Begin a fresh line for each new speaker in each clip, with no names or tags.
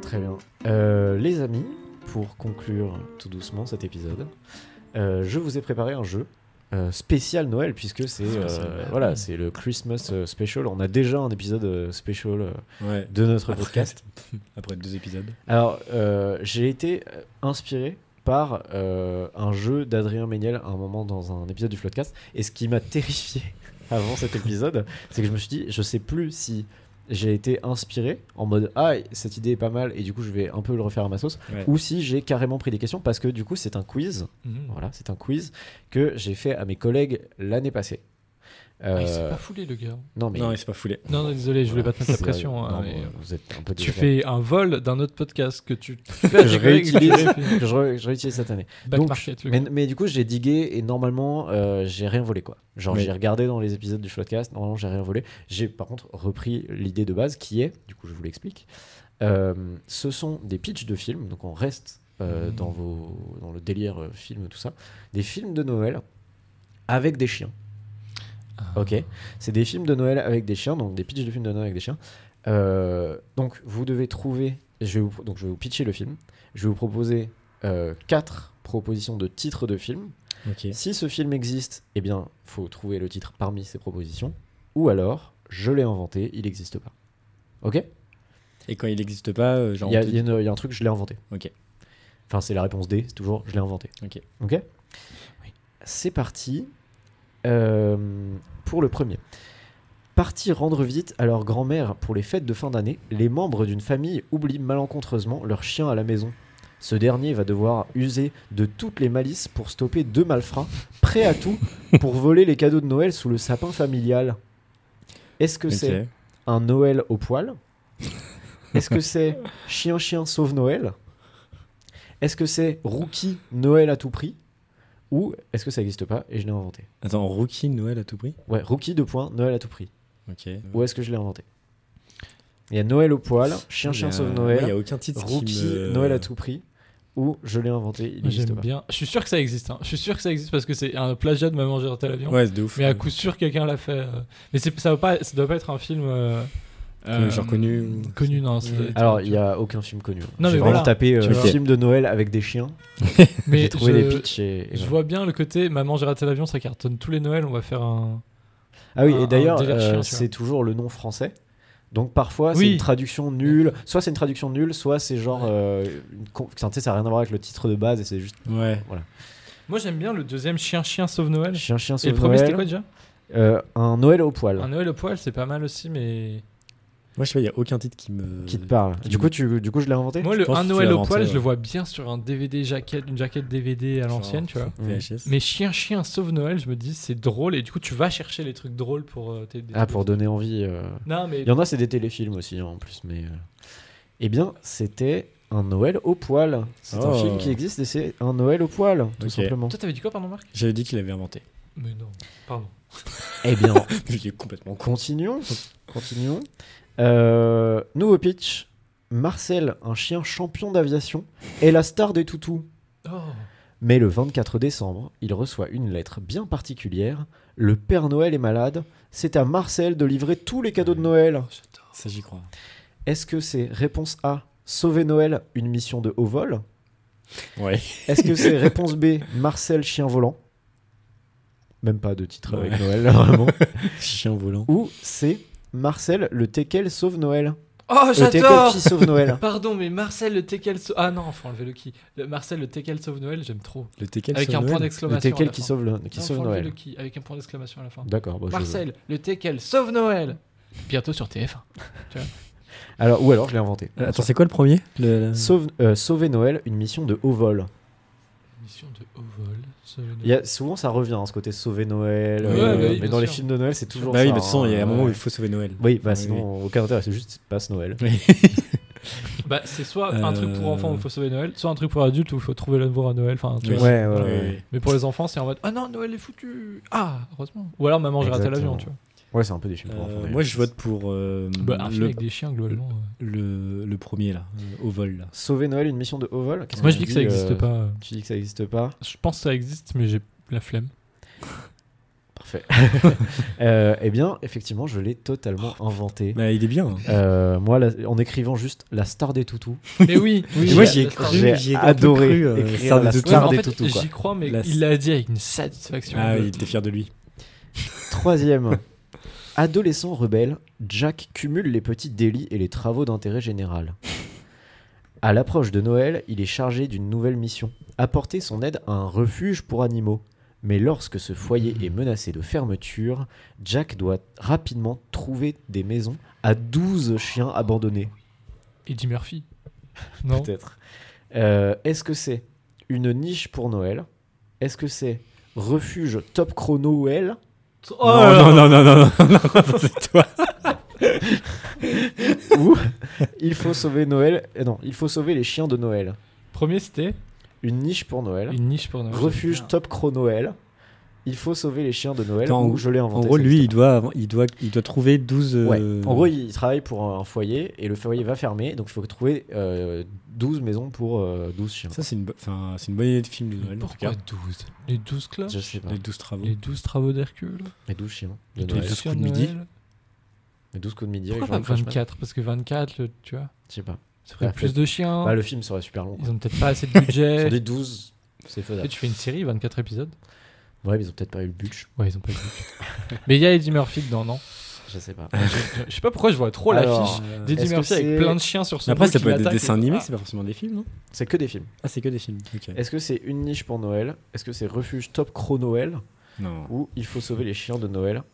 Très bien. Euh, les amis, pour conclure tout doucement cet épisode, euh, je vous ai préparé un jeu euh, spécial Noël puisque c'est euh,
Spécial.
voilà, c'est le Christmas euh, special. On a déjà un épisode euh, special euh,
Ouais.
de notre
Après-
podcast.
Après deux épisodes.
Alors, euh, j'ai été euh, inspiré par euh, un jeu d'Adrien Méniel à un moment dans un épisode du Floodcast. Et ce qui m'a terrifié avant cet épisode, c'est que je me suis dit, je sais plus si j'ai été inspiré en mode ah cette idée est pas mal et du coup je vais un peu le refaire à ma sauce
Ouais.
ou si j'ai carrément pris des questions parce que du coup c'est un quiz voilà c'est un quiz que j'ai fait à mes collègues l'année passée
Ah,
Euh,
il s'est pas foulé, le gars.
non mais
Non, il s'est pas foulé.
Non, non, désolé, je voulais
voilà,
pas te mettre la
c'est-
pression. hein,
non,
mais,
mais vous êtes un peu
Tu
désagréable.
fais un vol d'un autre podcast que tu, tu fais à
Je
tes collègues, tu
réutilise.
les fais.
que je, re- je réutilise cette année
Back
Donc,
market, le
Mais,
gars.
mais du coup, j'ai digué et normalement, euh, j'ai rien volé quoi. Genre,
Oui.
j'ai regardé dans les épisodes du podcast, normalement, j'ai rien volé. J'ai par contre repris l'idée de base qui est, du coup, je vous l'explique. Euh, ce sont des pitchs de films, donc on reste euh,
Mhm.
dans, vos, dans le délire euh, film, tout ça. Des films de Noël avec des chiens.
Ah.
Ok. C'est des films de Noël avec des chiens, donc des pitchs de films de Noël avec des chiens. Euh, donc vous devez trouver. Je vais vous, donc je vais vous pitcher le film. Je vais vous proposer euh, quatre propositions de titres de films.
Ok.
Si ce film existe, eh bien, faut trouver le titre parmi ces propositions. Ou alors, je l'ai inventé, il n'existe pas. Ok
Et quand il n'existe pas, euh, genre.
Il y, a-
on te
il y a une- il y a un truc, je l'ai inventé.
Ok.
Enfin, c'est la réponse D, c'est toujours, je l'ai inventé.
Ok.
Ok C'est parti euh, pour le premier. Partis rendre visite à leur grand-mère pour les fêtes de fin d'année, les membres d'une famille oublient malencontreusement leur chien à la maison. Ce dernier va devoir user de toutes les malices pour stopper deux malfrats, prêts à tout pour voler les cadeaux de Noël sous le sapin familial. Est-ce que
Ok.
c'est un Noël au poil Est-ce que c'est chien chien sauve Noël Est-ce que c'est rookie Noël à tout prix Ou est-ce que ça n'existe pas et je l'ai inventé
Attends, Rookie Noël à tout prix
Ouais, rookie de points, Noël à tout prix.
Ok.
Ou est-ce que je l'ai inventé Il y a Noël au poil, chien chien
Il y a-
sauve
Ouais, Il
Noël,
n'y a aucun titre. qui
rookie
me-
Noël à tout prix ou je l'ai inventé, il
Moi,
n'existe
J'aime
pas.
bien. Je suis sûr que ça existe. hein. Je suis sûr que ça existe parce que c'est un plagiat de Maman j'ai raté l'avion.
Ouais, c'est de ouf.
Mais à coup sûr, quelqu'un l'a fait. euh. Mais c'est- ça ne pas, ça doit pas être un film. euh, euh,
genre connu.
Connu, non. ça doit être-
Alors, il n'y a aucun film connu.
mais
J'ai
voilà.
vraiment tapé euh,
Tu vois.
film de Noël avec des chiens,
mais
j'ai trouvé
je-
les pitchs et- et
Je
voilà.
vois bien le côté Maman j'ai raté l'avion, ça cartonne tous les Noëls, on va faire un.
Ah oui,
un-
et d'ailleurs,
un délire
euh,
chien, tu vois.
c'est toujours le nom français. Donc parfois, c'est
Oui.
une traduction nulle. Soit c'est une traduction nulle, soit c'est genre. euh, une con- enfin, tu sais, ça n'a rien à voir avec le titre de base et c'est juste
Ouais.
Moi j'aime bien le deuxième chien chien sauve Noël.
chien, chien,
Et le
sauve
premier c'était
Noël.
quoi déjà
Euh, un Noël au poil
Un Noël au poil, c'est pas mal aussi, mais.
Moi, je sais pas, il n'y a aucun titre qui me.
qui te parle.
qui
Du
me-
coup, tu, du coup, je l'ai inventé
Moi
je
le
pense
un
que tu
Noël
l'as
au poil,
inventé,
je
ouais.
le vois bien sur un DVD jaquette, une jaquette DVD à l'ancienne, tu vois.
Mm.
VHS.
Mais chien chien sauve Noël, je me dis c'est drôle et du coup tu vas chercher les trucs drôles pour euh, t'aider.
Ah, pour donner envie. euh.
Non mais
Il y en a, c'est des téléfilms aussi hein, en plus. mais euh. Eh bien, c'était un Noël au poil. C'est un
Oh.
film qui existe et c'est un Noël au poil, tout
Ok.
simplement.
toi t'avais dit quoi pardon Marc
J'avais dit qu'il avait inventé.
Mais non, pardon.
Eh bien,
Il est complètement con.
Continuons. Continuons. Euh, nouveau pitch. Marcel, un chien champion d'aviation, est la star des toutous.
Oh.
Mais le 24 décembre, il reçoit une lettre bien particulière. Le Père Noël est malade. C'est à Marcel de livrer tous les cadeaux de
Oh,
Noël.
Ça, j'y crois.
Est-ce que c'est réponse A, sauver Noël, une mission de haut vol
Ouais.
Est-ce que c'est réponse B, Marcel, chien volant Même pas de titre
Ouais.
avec Noël, vraiment.
Chien volant.
Ou C, Marcel, le teckel sauve Noël
Oh,
Le teckel
j'adore
qui sauve Noël
Pardon, mais Marcel le Tekel sauve. Ah non, faut enlever le qui. Le Marcel le Tekel sauve Noël, j'aime trop.
Le TKL
Avec
sur
un
Noël.
point
Le
d'exclamation. à
teckel
la
qui
fin.
sauve, le- qui
Non,
sauve
faut enlever
Noël.
le qui avec un point d'exclamation à la fin.
D'accord. bon, je-
Marcel le Tekel sauve Noël. Bientôt sur TF1.
Alors, ou alors, je l'ai inventé.
Euh, Attends, c'est quoi le premier Le-
Mmh.
le-
Sauve- euh, sauver Noël, une mission de haut vol.
Mission de haut vol. sauver Noël.
Il y a, souvent, ça revient, hein, ce côté sauver Noël.
Ouais,
euh,
bah oui,
mais
bien
dans les
sûr.
films de Noël, c'est toujours
Bah
ça.
oui, mais de toute façon, il y a un
hein,
moment où
ouais.
il faut sauver Noël.
Oui, bah
Ouais,
sinon, aucun intérêt, c'est juste passe Noël.
Bah, c'est soit un truc pour
Euh.
enfants où il faut sauver Noël, soit un truc pour adultes où il faut trouver l'amour à Noël. Enfin, tu
Oui.
vois.
Ouais, ouais,
oui.
ouais.
Oui, oui.
Mais pour les enfants, c'est en mode Ah non, Noël est foutu Ah, heureusement. Ou alors maman, j'ai raté
Exactement.
l'avion, tu vois.
Ouais, c'est un peu des films pour enfants.
Euh,
d'ailleurs.
Moi, je vote pour euh,
Bah, un film
le,
avec des chiens, globalement. euh.
le, le premier, là, euh, au vol. Là.
Sauver Noël, une mission de haut vol Qu'est-ce
Moi,
qu'on
je dis que
dit,
ça n'existe
euh,
pas.
Tu dis que ça n'existe pas
Je pense que ça existe, mais j'ai la flemme.
Parfait. Euh, eh bien, effectivement, je l'ai totalement inventé.
Bah, il est bien.
Euh, moi, la- en écrivant juste la star des toutous,
Mais oui, oui,
Et moi,
la-
j'y ai
la star-
cru.
Ouais,
j'y ai
j'ai
un peu
adoré
cru, euh,
écrire
Star des
la
Toutous.
mais
star
en
des
fait,
toutous. quoi.
J'y crois, mais
La-
il l'a dit avec une satisfaction. euh,
Ah, il était fier de lui.
Troisième. Adolescent rebelle, Jack cumule les petits délits et les travaux d'intérêt général. À l'approche de Noël, il est chargé d'une nouvelle mission apporter son aide à un refuge pour animaux. Mais lorsque ce foyer est menacé de fermeture, Jack doit rapidement trouver des maisons à 12 chiens abandonnés.
Eddie Murphy. Non.
Peut-être. Euh, Est-ce que c'est une niche pour Noël Est-ce que c'est refuge top chrono Noël
Oh là là.
non, non, non, non, non, non, non, c'est toi.
ou il faut sauver Noël. euh, Non, il faut sauver les chiens de Noël.
Premier, c'était
Une niche pour Noël.
une niche pour Noël.
Refuge top chrono Noël. Il faut sauver les chiens de Noël.
Attends,
ou je l'ai
En
inventé.
gros,
ça
lui,
existe
il doit, il doit, il doit trouver 12.
pas.
euh,
Ouais. En gros, il il travaille pour un foyer et le foyer va fermer, donc il faut trouver euh, 12 maisons pour euh, 12 chiens.
Ça, c'est une, bo- enfin, c'est une bonne idée de film de Noël. en tout
Pourquoi
cas.
12 Les 12 clubs
Je sais pas.
Les 12 travaux.
Les 12 travaux d'Hercule
Les 12 chiens de
Les
Noël.
12 coups de
midi.
Noël.
Les 12 coups de midi.
Pourquoi
avec
pas
Jean-Luc Reichmann.
24 Parce que 24, le- tu vois,
Je sais pas.
ça ferait
Ouais,
plus
peut-être.
de
Hein
chiens.
Bah, le film serait super long. quoi.
Ils ont peut-être pas assez de
Ils ont
budget.
dit 12, c'est
Tu sais,
faisable.
Tu fais une série, 24 épisodes
Ouais, mais ils ont peut-être pas eu le budget.
Ouais, ils ont pas eu le budget. Mais il y a Eddie Murphy dedans, non
Je sais pas.
Je sais pas pourquoi je vois trop
Alors,
l'affiche
Euh,
est-ce
d'Eddie
que
Murphy
c'est-
avec plein de chiens sur son
Après,
dos
ça
qui
peut être des
l'attaquent et-
dessins animés,
Ah,
c'est pas forcément des films, non
C'est que des films.
Ah, c'est que des films. Ok.
Est-ce que c'est une niche pour Noël Est-ce que c'est refuge top chrono Noël
Non.
ou il faut sauver les chiens de Noël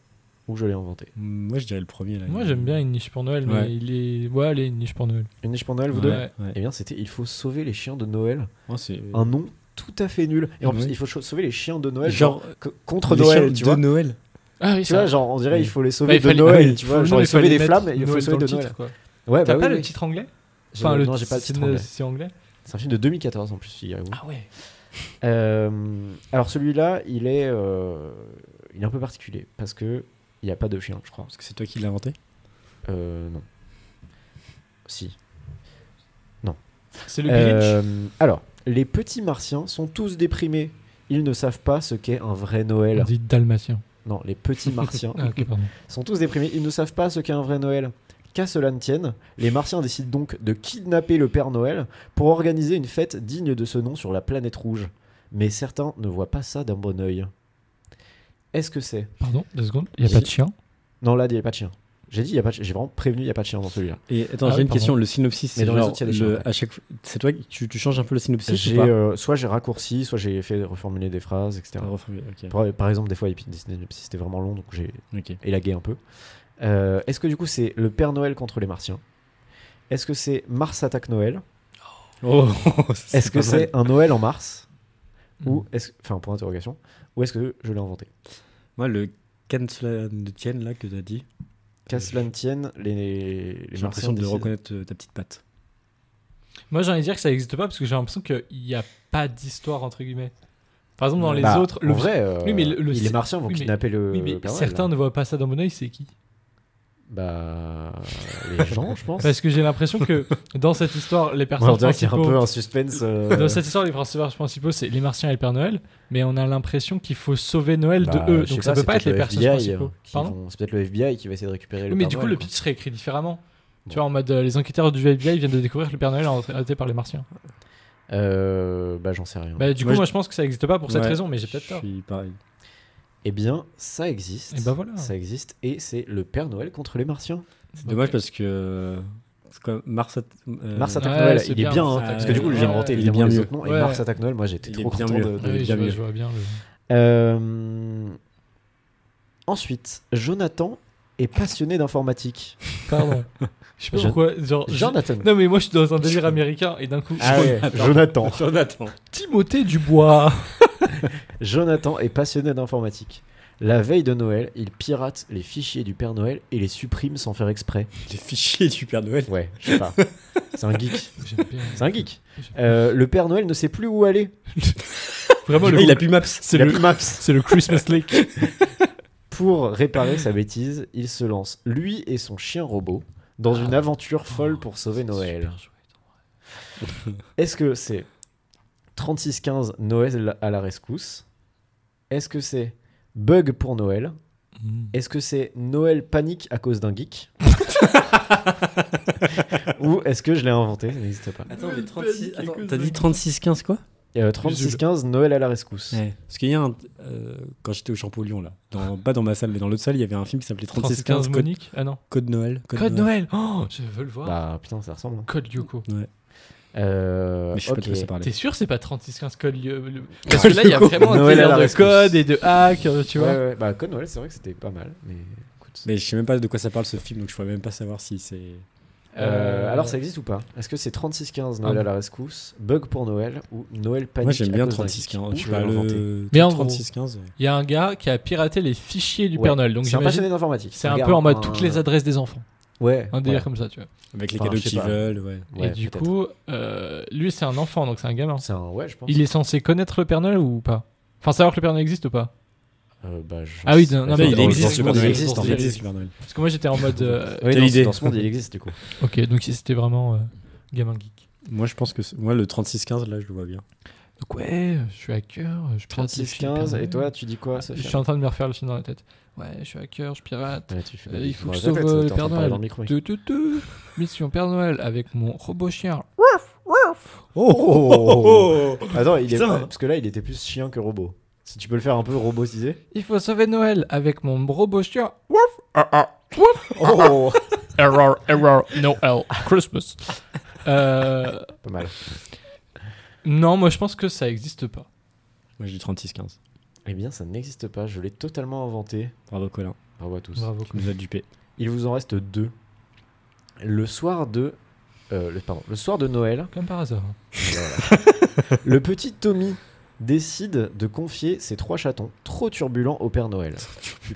ou je l'ai inventé.
Moi, je dirais le premier. Là,
Ah. Moi, j'aime bien une niche pour Noël, mais
Ouais.
il est. Ouais, allez, une niche pour Noël.
Une niche pour Noël, vous
Ouais,
deux
Ouais.
ouais.
Eh bien, c'était il faut sauver les chiens de Noël.
Moi, c'est. euh,
Un nom tout à fait nul. Et en plus,
Ouais.
il faut cho- sauver les chiens de Noël. Genre,
Genre,
co- contre
les
Noël,
chiens
tu
de
vois.
Noël.
Ah oui,
Tu vois, genre, on dirait
Ouais.
il faut les sauver
il fallait-
de Noël,
ouais,
tu vois. Genre, il sauver des flammes, et il faut sauver de Noël. Ouais,
T'as
bah
pas
oui,
le
oui.
titre anglais
J'ai-
le
non, j'ai pas le titre anglais.
C'est anglais
C'est un film de 2014 en plus, figurez-vous.
Ah ouais.
Euh, alors, celui-là, il est, euh, il est un peu particulier parce que il n'y a pas de chien, je crois.
Parce que c'est toi qui l'as inventé.
Euh, non. Si.
C'est le glitch.
Euh, alors, les petits martiens sont tous déprimés. Ils ne savent pas ce qu'est un vrai
On
Noël.
dit dalmatien.
Non, les petits martiens
Ah, ok, pardon.
sont tous déprimés. Ils ne savent pas ce qu'est un vrai Noël. Qu'à cela ne tienne, les martiens décident donc de kidnapper le Père Noël pour organiser une fête digne de ce nom sur la planète rouge. Mais certains ne voient pas ça d'un bon oeil. Est-ce que c'est
Pardon, deux secondes. Il n'y a pas de chien.
Non, là, il n'y a pas de chien. J'ai dit, il y a pas de chien. J'ai vraiment prévenu, il n'y a pas de chien dans celui-là.
Et attends,
Ah oui,
j'ai une
pardon.
question. Le synopsis,
Mais
c'est
dans les
genre.
autres, il y a des
le-
chiens, ouais.
à chaque fois- C'est toi qui tu, tu changes un peu le synopsis ou
J'ai,
pas
euh, soit j'ai raccourci, soit j'ai fait reformuler des phrases, etc.
Ah, reformule, ok.
Par, par exemple, des fois, il dessinait une psy, c'était vraiment long, donc j'ai
Ok.
élagué un peu. Euh, Est-ce que du coup, c'est le Père Noël contre les Martiens Est-ce que c'est Mars attaque Noël
Oh,
Est-ce que
pas Hmm. mal.
c'est un Noël en Mars Ou est-ce enfin point d'interrogation Ou est-ce que je l'ai inventé
Moi, le can cela ne tienne là que t'as dit,
Qu'à cela ne tienne, les, les
j'ai
Martiens
l'impression de
décident.
reconnaître euh, ta petite patte.
Moi, j'ai envie de dire que ça n'existe pas parce que j'ai l'impression qu'il n'y a pas d'histoire, entre guillemets. Par exemple, dans les
Bah,
autres,
en
le
vrai, euh,
Oui, mais le- le-
les Martiens vont
oui, mais-
kidnapper le
Oui, mais
Père Noël, hein.
certains
là.
ne voient pas ça dans mon œil, c'est qui
Bah, les gens, je pense.
Parce que j'ai l'impression que dans cette histoire, les
Moi, on
personnages
dirait qu'il y a un
principaux.
peu un suspense. euh,
Dans cette histoire, les personnages principaux, c'est les Martiens et le Père Noël, mais on a l'impression qu'il faut sauver Noël
bah,
de eux,
je sais
donc ça
pas,
peut
c'est
pas être les
peut-être le
personnages
FBI,
principaux.
euh, qui
Pardon
vont- C'est peut-être le FBI qui va essayer de récupérer
Oui,
le
mais
Père
du coup,
Noël,
le
quoi.
pitch serait écrit différemment.
Bon.
Tu vois, en mode euh, les enquêteurs du FBI viennent de découvrir que le Père Noël est arrêté par les Martiens.
Euh, bah j'en sais rien.
Bah, du coup,
Moi,
moi,
je-
je pense que ça n'existe pas pour cette
Ouais,
raison, mais j'ai peut-être tort.
Je suis pareil.
Eh bien, ça existe.
Et bah voilà.
Ça existe et c'est le Père Noël contre les Martiens.
C'est
Ok.
dommage parce que euh, c'est quoi, Mars, atta- euh,
Mars attaque
ouais,
Noël,
c'est
il
bien,
est bien,
Mars
hein,
attaque
parce que du coup
Noël.
j'ai inventé
Ouais, il est
évidemment
bien
les
mieux.
autres noms et
Ouais.
Mars attaque Noël, moi j'étais
Il est
trop
bien
content
mieux.
de.
Ouais,
de-
Ah Oui, je
bien
vois,
mieux.
je vois bien. le-
Euh, Ensuite, Jonathan est passionné d'informatique.
Pardon. Je sais pas
Je-
pourquoi. Genre, je-
Jonathan.
Non, mais moi, je suis dans un délire américain et d'un coup.
Ah ouais, Jonathan.
Jonathan.
Timothée Dubois.
Jonathan est passionné d'informatique. La veille de Noël, il pirate les fichiers du Père Noël et les supprime sans faire exprès.
Les fichiers du Père Noël.
Ouais, je sais pas. C'est un geek.
J'aime bien.
C'est un geek. Euh, le Père Noël ne sait plus où aller.
Vraiment,
Ah,
le
il a plus Maps.
C'est
Il a
le,
plus Maps.
c'est le Christmas Lake.
Pour réparer sa bêtise, il se lance, lui et son chien robot, dans une
Ah.
aventure folle pour sauver
Oh,
Noël. Est-ce que c'est 3615 Noël à la rescousse Est-ce que c'est Bug pour Noël.
Mhm.
Est-ce que c'est Noël panique à cause d'un geek Ou est-ce que je l'ai inventé Ça n'existe pas.
Attends,
mais 36 attends,
t'as dit 36-15 quoi
Euh, 36-15, Noël à la rescousse.
Parce qu'il y a un. euh, quand j'étais au Champollion, là, dans, pas dans ma salle, mais dans l'autre salle, il y avait un film qui s'appelait 36-15
36-15
code,
Monique Ah non.
Code Noël.
Code, Noël. Oh, je veux le voir.
Bah putain, ça ressemble. hein.
Code Lyoko.
Euh,
Mais je sais pas
ok.
de quoi ça parlait.
T'es sûr c'est pas 36-15 code Lyoko Parce que là il y a vraiment un
Noël à la
délire de
rescousse.
code et de hack, euh, tu vois.
Ouais, ouais, Bah, Code Noël, c'est vrai que c'était pas mal. Mais écoute.
Mais je sais même pas de quoi ça parle ce film, donc je pourrais même pas savoir si c'est.
Euh, alors, ça existe ou pas Est-ce que c'est 36-15 Noël
Ah.
à la rescousse, Bug pour Noël ou Noël panique
Moi j'aime
à
bien
cause d'un geek
36-15.
Ou
Je
je
sais pas,
l'ai inventé.
le.
Mais en gros.
36-15.
Il y a un gars qui a piraté les fichiers du
Ouais.
Père Noël. Donc
C'est un
j'imagine
passionné d'informatique.
c'est un
gars,
peu en mode
un-
toutes les adresses des enfants.
Ouais.
Un délire comme ça, tu vois.
Avec les
Enfin,
cadeaux
je sais
qu'ils
pas.
veulent, ouais.
Ouais,
et du
peut-être.
coup, euh, lui c'est un enfant, donc c'est un gamin.
C'est un. Ouais, je pense.
Il est censé connaître le Père Noël ou pas Enfin, savoir que le Père Noël existe ou pas
Euh, bah, je-
Ah oui, non, non,
Bah,
mais
il
dans-
existe, le
dans
Père
ce
Noël.
monde,
Il
il
existe,
existe,
il
il
existe, le Père Noël.
Parce que moi j'étais en mode. euh,
Oui,
Quelle
non,
idée.
Dans ce monde, il existe du coup.
ok, donc c'était vraiment euh, gamin geek.
Moi, je pense que. c'est- Moi, le 36-15, là, je le vois bien.
Donc ouais, je suis hacker, je pirate. les fichiers du Père
36-15, et
Noël.
toi, tu dis quoi
Je
Sofiane
suis en train de me refaire le film dans la tête. Ouais, je suis hacker, je pirate.
Ouais, tu fais-
Euh, il faut que je
Dans la
sauve,
tête,
euh,
t'es en train de
Père
parler
Noël.
dans le micro, oui.
Tu, tu, tu. Mission Père Noël avec mon robot chien.
Oh,
oh. Attends, il est...
Putain.
parce que là, il était plus chien que robot. Si tu peux le faire un peu robotisé.
Il faut sauver Noël avec mon robot chien.
Oh
Error, error, Noël, Christmas. Euh,
Pas mal.
non, moi je pense que ça existe pas.
Moi, j'ai 36-15.
Eh bien, ça n'existe pas. Je l'ai totalement inventé.
Bravo, Colin.
Bravo à tous.
Bravo.
Tu nous as dupé.
Il vous en reste deux. Le soir de. euh, le, pardon, le soir de Noël,
Comme par hasard.
le petit Tommy décide de confier ses trois chatons trop turbulents au Père Noël.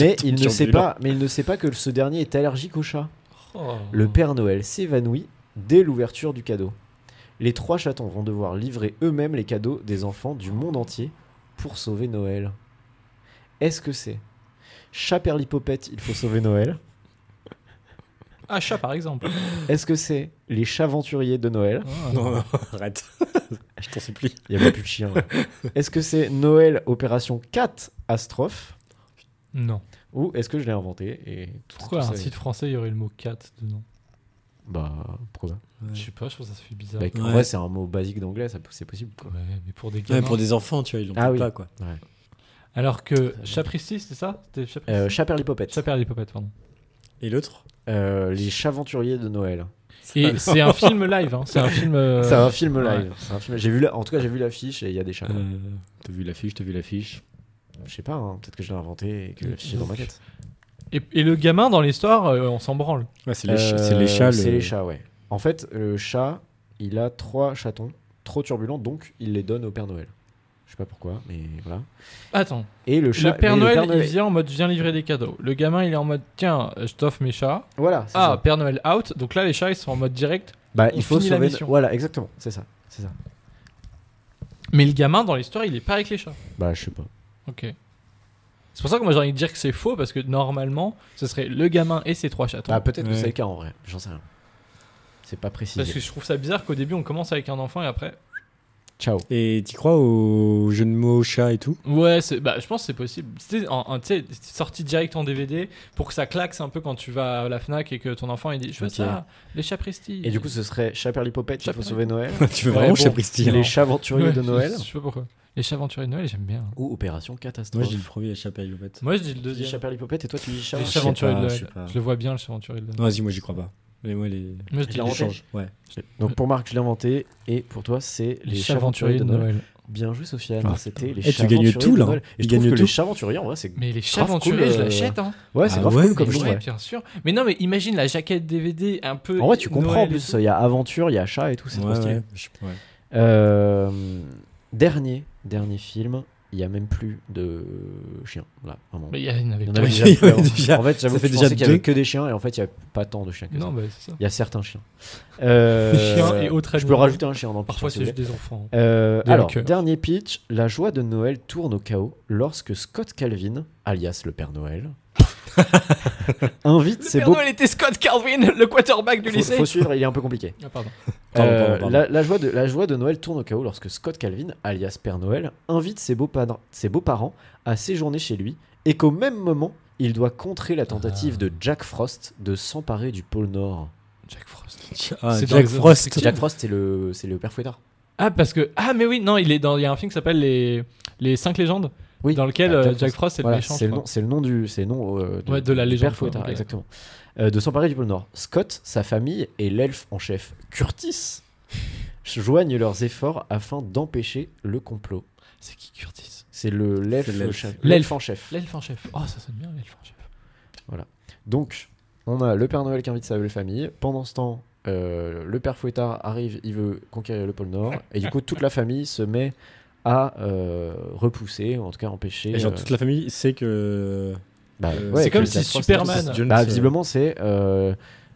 Mais il, ne sait pas, mais il ne sait pas que ce dernier est allergique aux chats. Le Père Noël s'évanouit dès l'ouverture du cadeau. Les trois chatons vont devoir livrer eux-mêmes les cadeaux des enfants du monde entier pour sauver Noël. Est-ce que c'est Chat perlipopette, il faut sauver Noël
Ah, chat par exemple.
Est-ce que c'est les chats aventuriers de Noël
Ah.
Non, non, arrête.
Ah,
je t'en supplie.
Il n'y avait plus de chien. là. Est-ce que c'est Noël opération 4 astrophe
Non.
ou est-ce que je l'ai inventé et tout-
Pourquoi
tout
un
ça-
site français, il y aurait le mot 4 dedans
Bah pourquoi
Je sais pas, je trouve que ça se fait bizarre.
pas Bah, En
Ouais.
vrai c'est un mot basique d'anglais, ça- c'est possible quoi.
Ouais, mais pour des gamins.
Ouais, pour des enfants, tu vois, ils l'ont
Ah oui.
pas, quoi.
Alors que Chapristi, c'est ça C'était Chapristi
Euh, chat perlipopette.
Chat Perlipopette, pardon.
Et l'autre
Euh, les chats aventuriers de Noël.
Et c'est un film live, hein. C'est un film. euh,
C'est un film
ouais.
live. C'est un film- J'ai vu la- En tout cas, j'ai vu l'affiche et il y a des chats.
Euh, T'as vu l'affiche, t'as vu l'affiche.
Je sais pas, hein, peut-être que je l'ai inventé et que
Euh,
l'affiche est dans ma tête.
Et, et le gamin dans l'histoire, euh, on s'en branle.
Ouais, c'est les, ch-
Euh,
c'est les chats. le-
C'est les chats, ouais. En fait, le chat, il a trois chatons trop turbulents, donc il les donne au Père Noël. Je sais pas pourquoi, mais voilà.
Attends,
Et le chat.
le Père,
mais
Noël, il vient en mode je viens livrer des cadeaux. Le gamin, il est en mode tiens, euh, je t'offre mes chats.
Voilà, c'est
Ah,
ça.
Père Noël out. Donc là, les chats, ils sont en mode direct.
Bah,
on
il faut
finit la
sauver.
mission.
Voilà, exactement, c'est ça. C'est ça.
Mais le gamin dans l'histoire, il est pas avec les chats.
Bah, je sais pas.
Ok. C'est pour ça que moi j'ai envie de dire que c'est faux parce que normalement ce serait le gamin et ses trois chatons.
Ah, peut-être que
Ouais.
c'est le cas en vrai, j'en sais rien. C'est pas précis.
parce que je trouve ça bizarre qu'au début on commence avec un enfant et après.
Ciao.
Et t'y crois au jeu de mots chat et tout
Ouais, c'est- bah, je pense que c'est possible. C'était en- en- tu sais, c'est sorti direct en DVD pour que ça claque un peu quand tu vas à la Fnac et que ton enfant il dit Je veux
Ok.
ça, les chats Presti.
Et du coup, ce serait chat perlipopette, il
Chat
faut sauver Noël.
Tu veux
Ouais,
vraiment hein
bon.
chat Pristi
Non.
Les chats aventuriers
Ouais,
de Noël.
je, je sais pas pourquoi. Les chats aventuriers de Noël, j'aime bien. hein.
Ou opération
Moi,
catastrophe.
j'ai le premier chat perlipopette.
Moi je dis le
Tu dis
deuxième.
chat perlipopette et toi tu dis chat.
Les
je
chats
sais
aventuriers
pas,
de
je
Noël.
sais pas.
Je le vois bien, le chat aventurier de Noël.
Non, vas-y, moi, j'y crois pas. Mais moi, les.
Moi je dis
Il a
les
inventé.
chats-
Change. Ouais.
Donc pour Marc, je l'ai inventé. Et pour toi, c'est les,
les
chats
chats aventuriers de Noël.
Bien joué, Sofiane.
Ah,
C'était les
Eh, tu
chats
gagnes
aventuriers
tout,
de
là.
Noël. Et
Tu
je trouve
gagnes
que
tout.
les chats aventuriers, en vrai, c'est.
Mais les chats
Grave
aventuriers,
cool,
je
euh,
l'achète hein.
Ouais, c'est
Ah
grave
ouais,
cool comme
Mais
nom,
ouais,
ouais.
bien sûr. Mais non, mais imagine la jaquette DVD un peu.
En vrai, tu comprends
Noël
en
et
plus.
tout.
Il y a aventure, il y a chat et tout, c'est trop
Ouais,
stylé.
ouais. Je- ouais.
Euh, dernier, dernier film. Il n'y a même plus de chiens. Là, vraiment.
Mais il y en avait
Il y en
pas.
avait
Ouais,
déjà,
il y en
plus
avait
avant.
déjà.
En fait, j'avoue
Ça
que
fait
je
déjà
pensais qu'il y avait
deux.
que des chiens et en fait, il n'y a pas tant de chiens que ça.
Non, bah c'est ça.
Il y a certains chiens. Euh,
Des chiens et autres
Je peux
animaux.
rajouter un chien dans le
Parfois,
pitch, si
c'est
vous
juste des enfants.
Euh,
Des
alors,
hackers.
dernier pitch, la joie de Noël tourne au chaos lorsque Scott Calvin, alias le Père Noël, invite ses beaux...
était Scott Calvin, le quarterback du
Faut, faut suivre, il est un peu compliqué.
Ah, pardon.
Pardon,
Euh,
pardon, pardon.
La, la joie de, la joie de Noël tourne au chaos lorsque Scott Calvin, alias Père Noël, invite ses beaux-padr- ses beaux-parents à séjourner chez lui et qu'au même moment, il doit contrer la tentative
Ah.
de Jack Frost de s'emparer du pôle Nord.
Jack Frost.
Ah,
C'est
Jack
dans-
Frost.
Jack Frost, c'est le, c'est le père fouettard.
Ah, parce que. Ah, mais oui, non, il est dans. Il y a un film qui s'appelle Les Les 5 légendes,
Oui,
dans lequel
Ah,
euh,
Jack
Jack, Frost est
Voilà,
le méchant.
c'est
je
le nom,
crois.
c'est le nom du, c'est le nom euh,
Ouais, de la
du père
légende, quoi,
Fouettard,
ok.
exactement. Euh, de s'emparer du pôle Nord. Scott, sa famille et l'elfe en chef Curtis joignent leurs efforts afin d'empêcher le complot.
C'est qui Curtis
C'est le l'elfe
C'est l'elfe.
en chef-
L'elfe.
l'elfe en chef.
L'elfe en chef. Oh, ça sonne bien, l'elfe en chef.
Donc, on a le Père Noël qui invite sa belle famille. Pendant ce temps, euh, le Père Fouettard arrive, il veut conquérir le pôle Nord. Et du coup, toute la famille se met à euh, repousser, ou en tout cas empêcher.
Et genre,
euh,
toute la famille sait que.
bah,
euh,
ouais,
c'est comme
que
si
Jack Frost-
Superman-
Mrs. Jones,
Bah,
euh,
visiblement, c'est euh,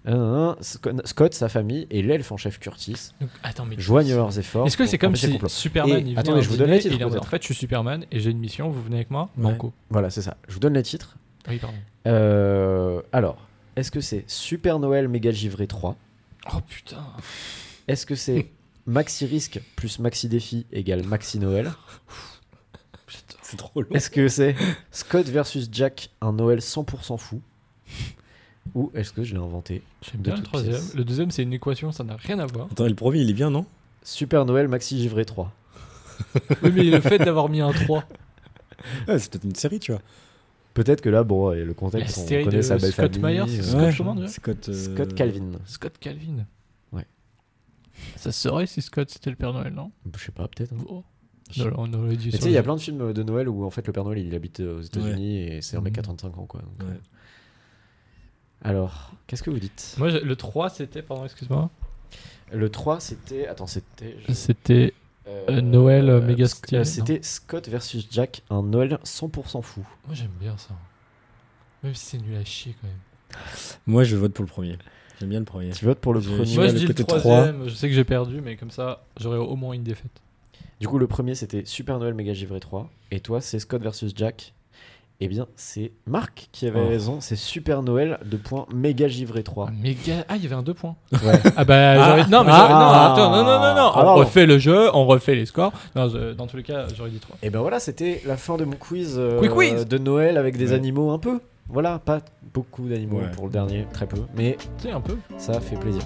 un, un, un, Sc- Scott, sa famille et l'elfe en chef Curtis
Donc, attends, mais. euh,
joignent leurs efforts.
Est-ce que
pour
c'est comme
empêcher le
si
complot.
Superman
Et-
il venait
attendez,
à un
je vous donne
dîner,
les titres,
il est en mode,
peut-être.
en fait, je suis Superman et j'ai une mission, vous venez avec moi
Ouais.
Banco.
Voilà, c'est ça. Je vous donne les titres.
Oui, pardon.
Euh, alors, est-ce que c'est Super Noël Méga Givré 3
Oh putain.
Est-ce que c'est maxi risque plus maxi défi égale maxi Noël
Putain.
C'est trop long.
Est-ce que c'est Scott versus Jack, un Noël 100% fou Ou est-ce que je l'ai inventé
J'aime
De
bien le
toutes
troisième.
pièces.
Le deuxième, c'est une équation, ça n'a rien à voir.
Attends, et le premier, il est bien, non
Super Noël maxi givré 3.
Oui, mais le fait d'avoir mis un 3.
Ouais, C'est peut-être une série, tu vois.
Peut-être que là, bon, et le
La
contexte,
série
on connaît
de
sa belle
Scott
famille.
Myers,
euh,
Scott
Ouais.
comment, déjà
Scott, euh,
Scott Calvin.
Scott Calvin.
Ouais.
Ça se saurait si Scott c'était le Père Noël, non
Je sais pas, peut-être. hein.
Oh. Non, on aurait dit
Mais Tu sais, il y a plein de films de Noël où en fait le Père Noël il habite euh, aux États-Unis et c'est un mec à
Mhm.
35 ans quoi. Donc,
Ouais.
euh, Alors, qu'est-ce que vous dites
Moi, j'ai- le 3, c'était, pardon, excuse-moi.
Le 3 c'était. Attends, c'était. je-
C'était.
Euh,
Noël, euh, méga
parce que,
stylé,
euh,
non
C'était Scott versus Jack, un Noël 100% fou.
Moi, j'aime bien ça. Même si c'est nul à chier quand même.
Moi, je vote pour le premier. J'aime bien le premier.
Tu votes pour le
Je-
premier.
j'y
Moi,
vais
je
le
dis le
côté
troisième. Je sais que j'ai perdu, mais comme ça, j'aurais au moins une défaite.
Du coup, le premier c'était Super Noël Méga Givré 3. Et toi, c'est Scott versus Jack. Eh bien, c'est Marc qui avait
Oh.
raison. C'est Super Noël de point Méga Givré 3.
Ah, méga... ah il y avait un 2 points.
Ouais.
Ah bah,
Ah.
j'aurais- non, mais
Ah.
j'aurais- non, attends, non, non, non, non.
Alors,
on refait le jeu, on refait les scores. Non, je- dans tous les cas, j'aurais dit 3.
Et ben voilà, c'était la fin de mon quiz, euh,
Quick quiz
de Noël avec des
Ouais.
animaux un peu. Voilà, pas beaucoup d'animaux
Ouais.
pour le dernier, très peu, mais
Tu sais, un peu.
ça fait plaisir.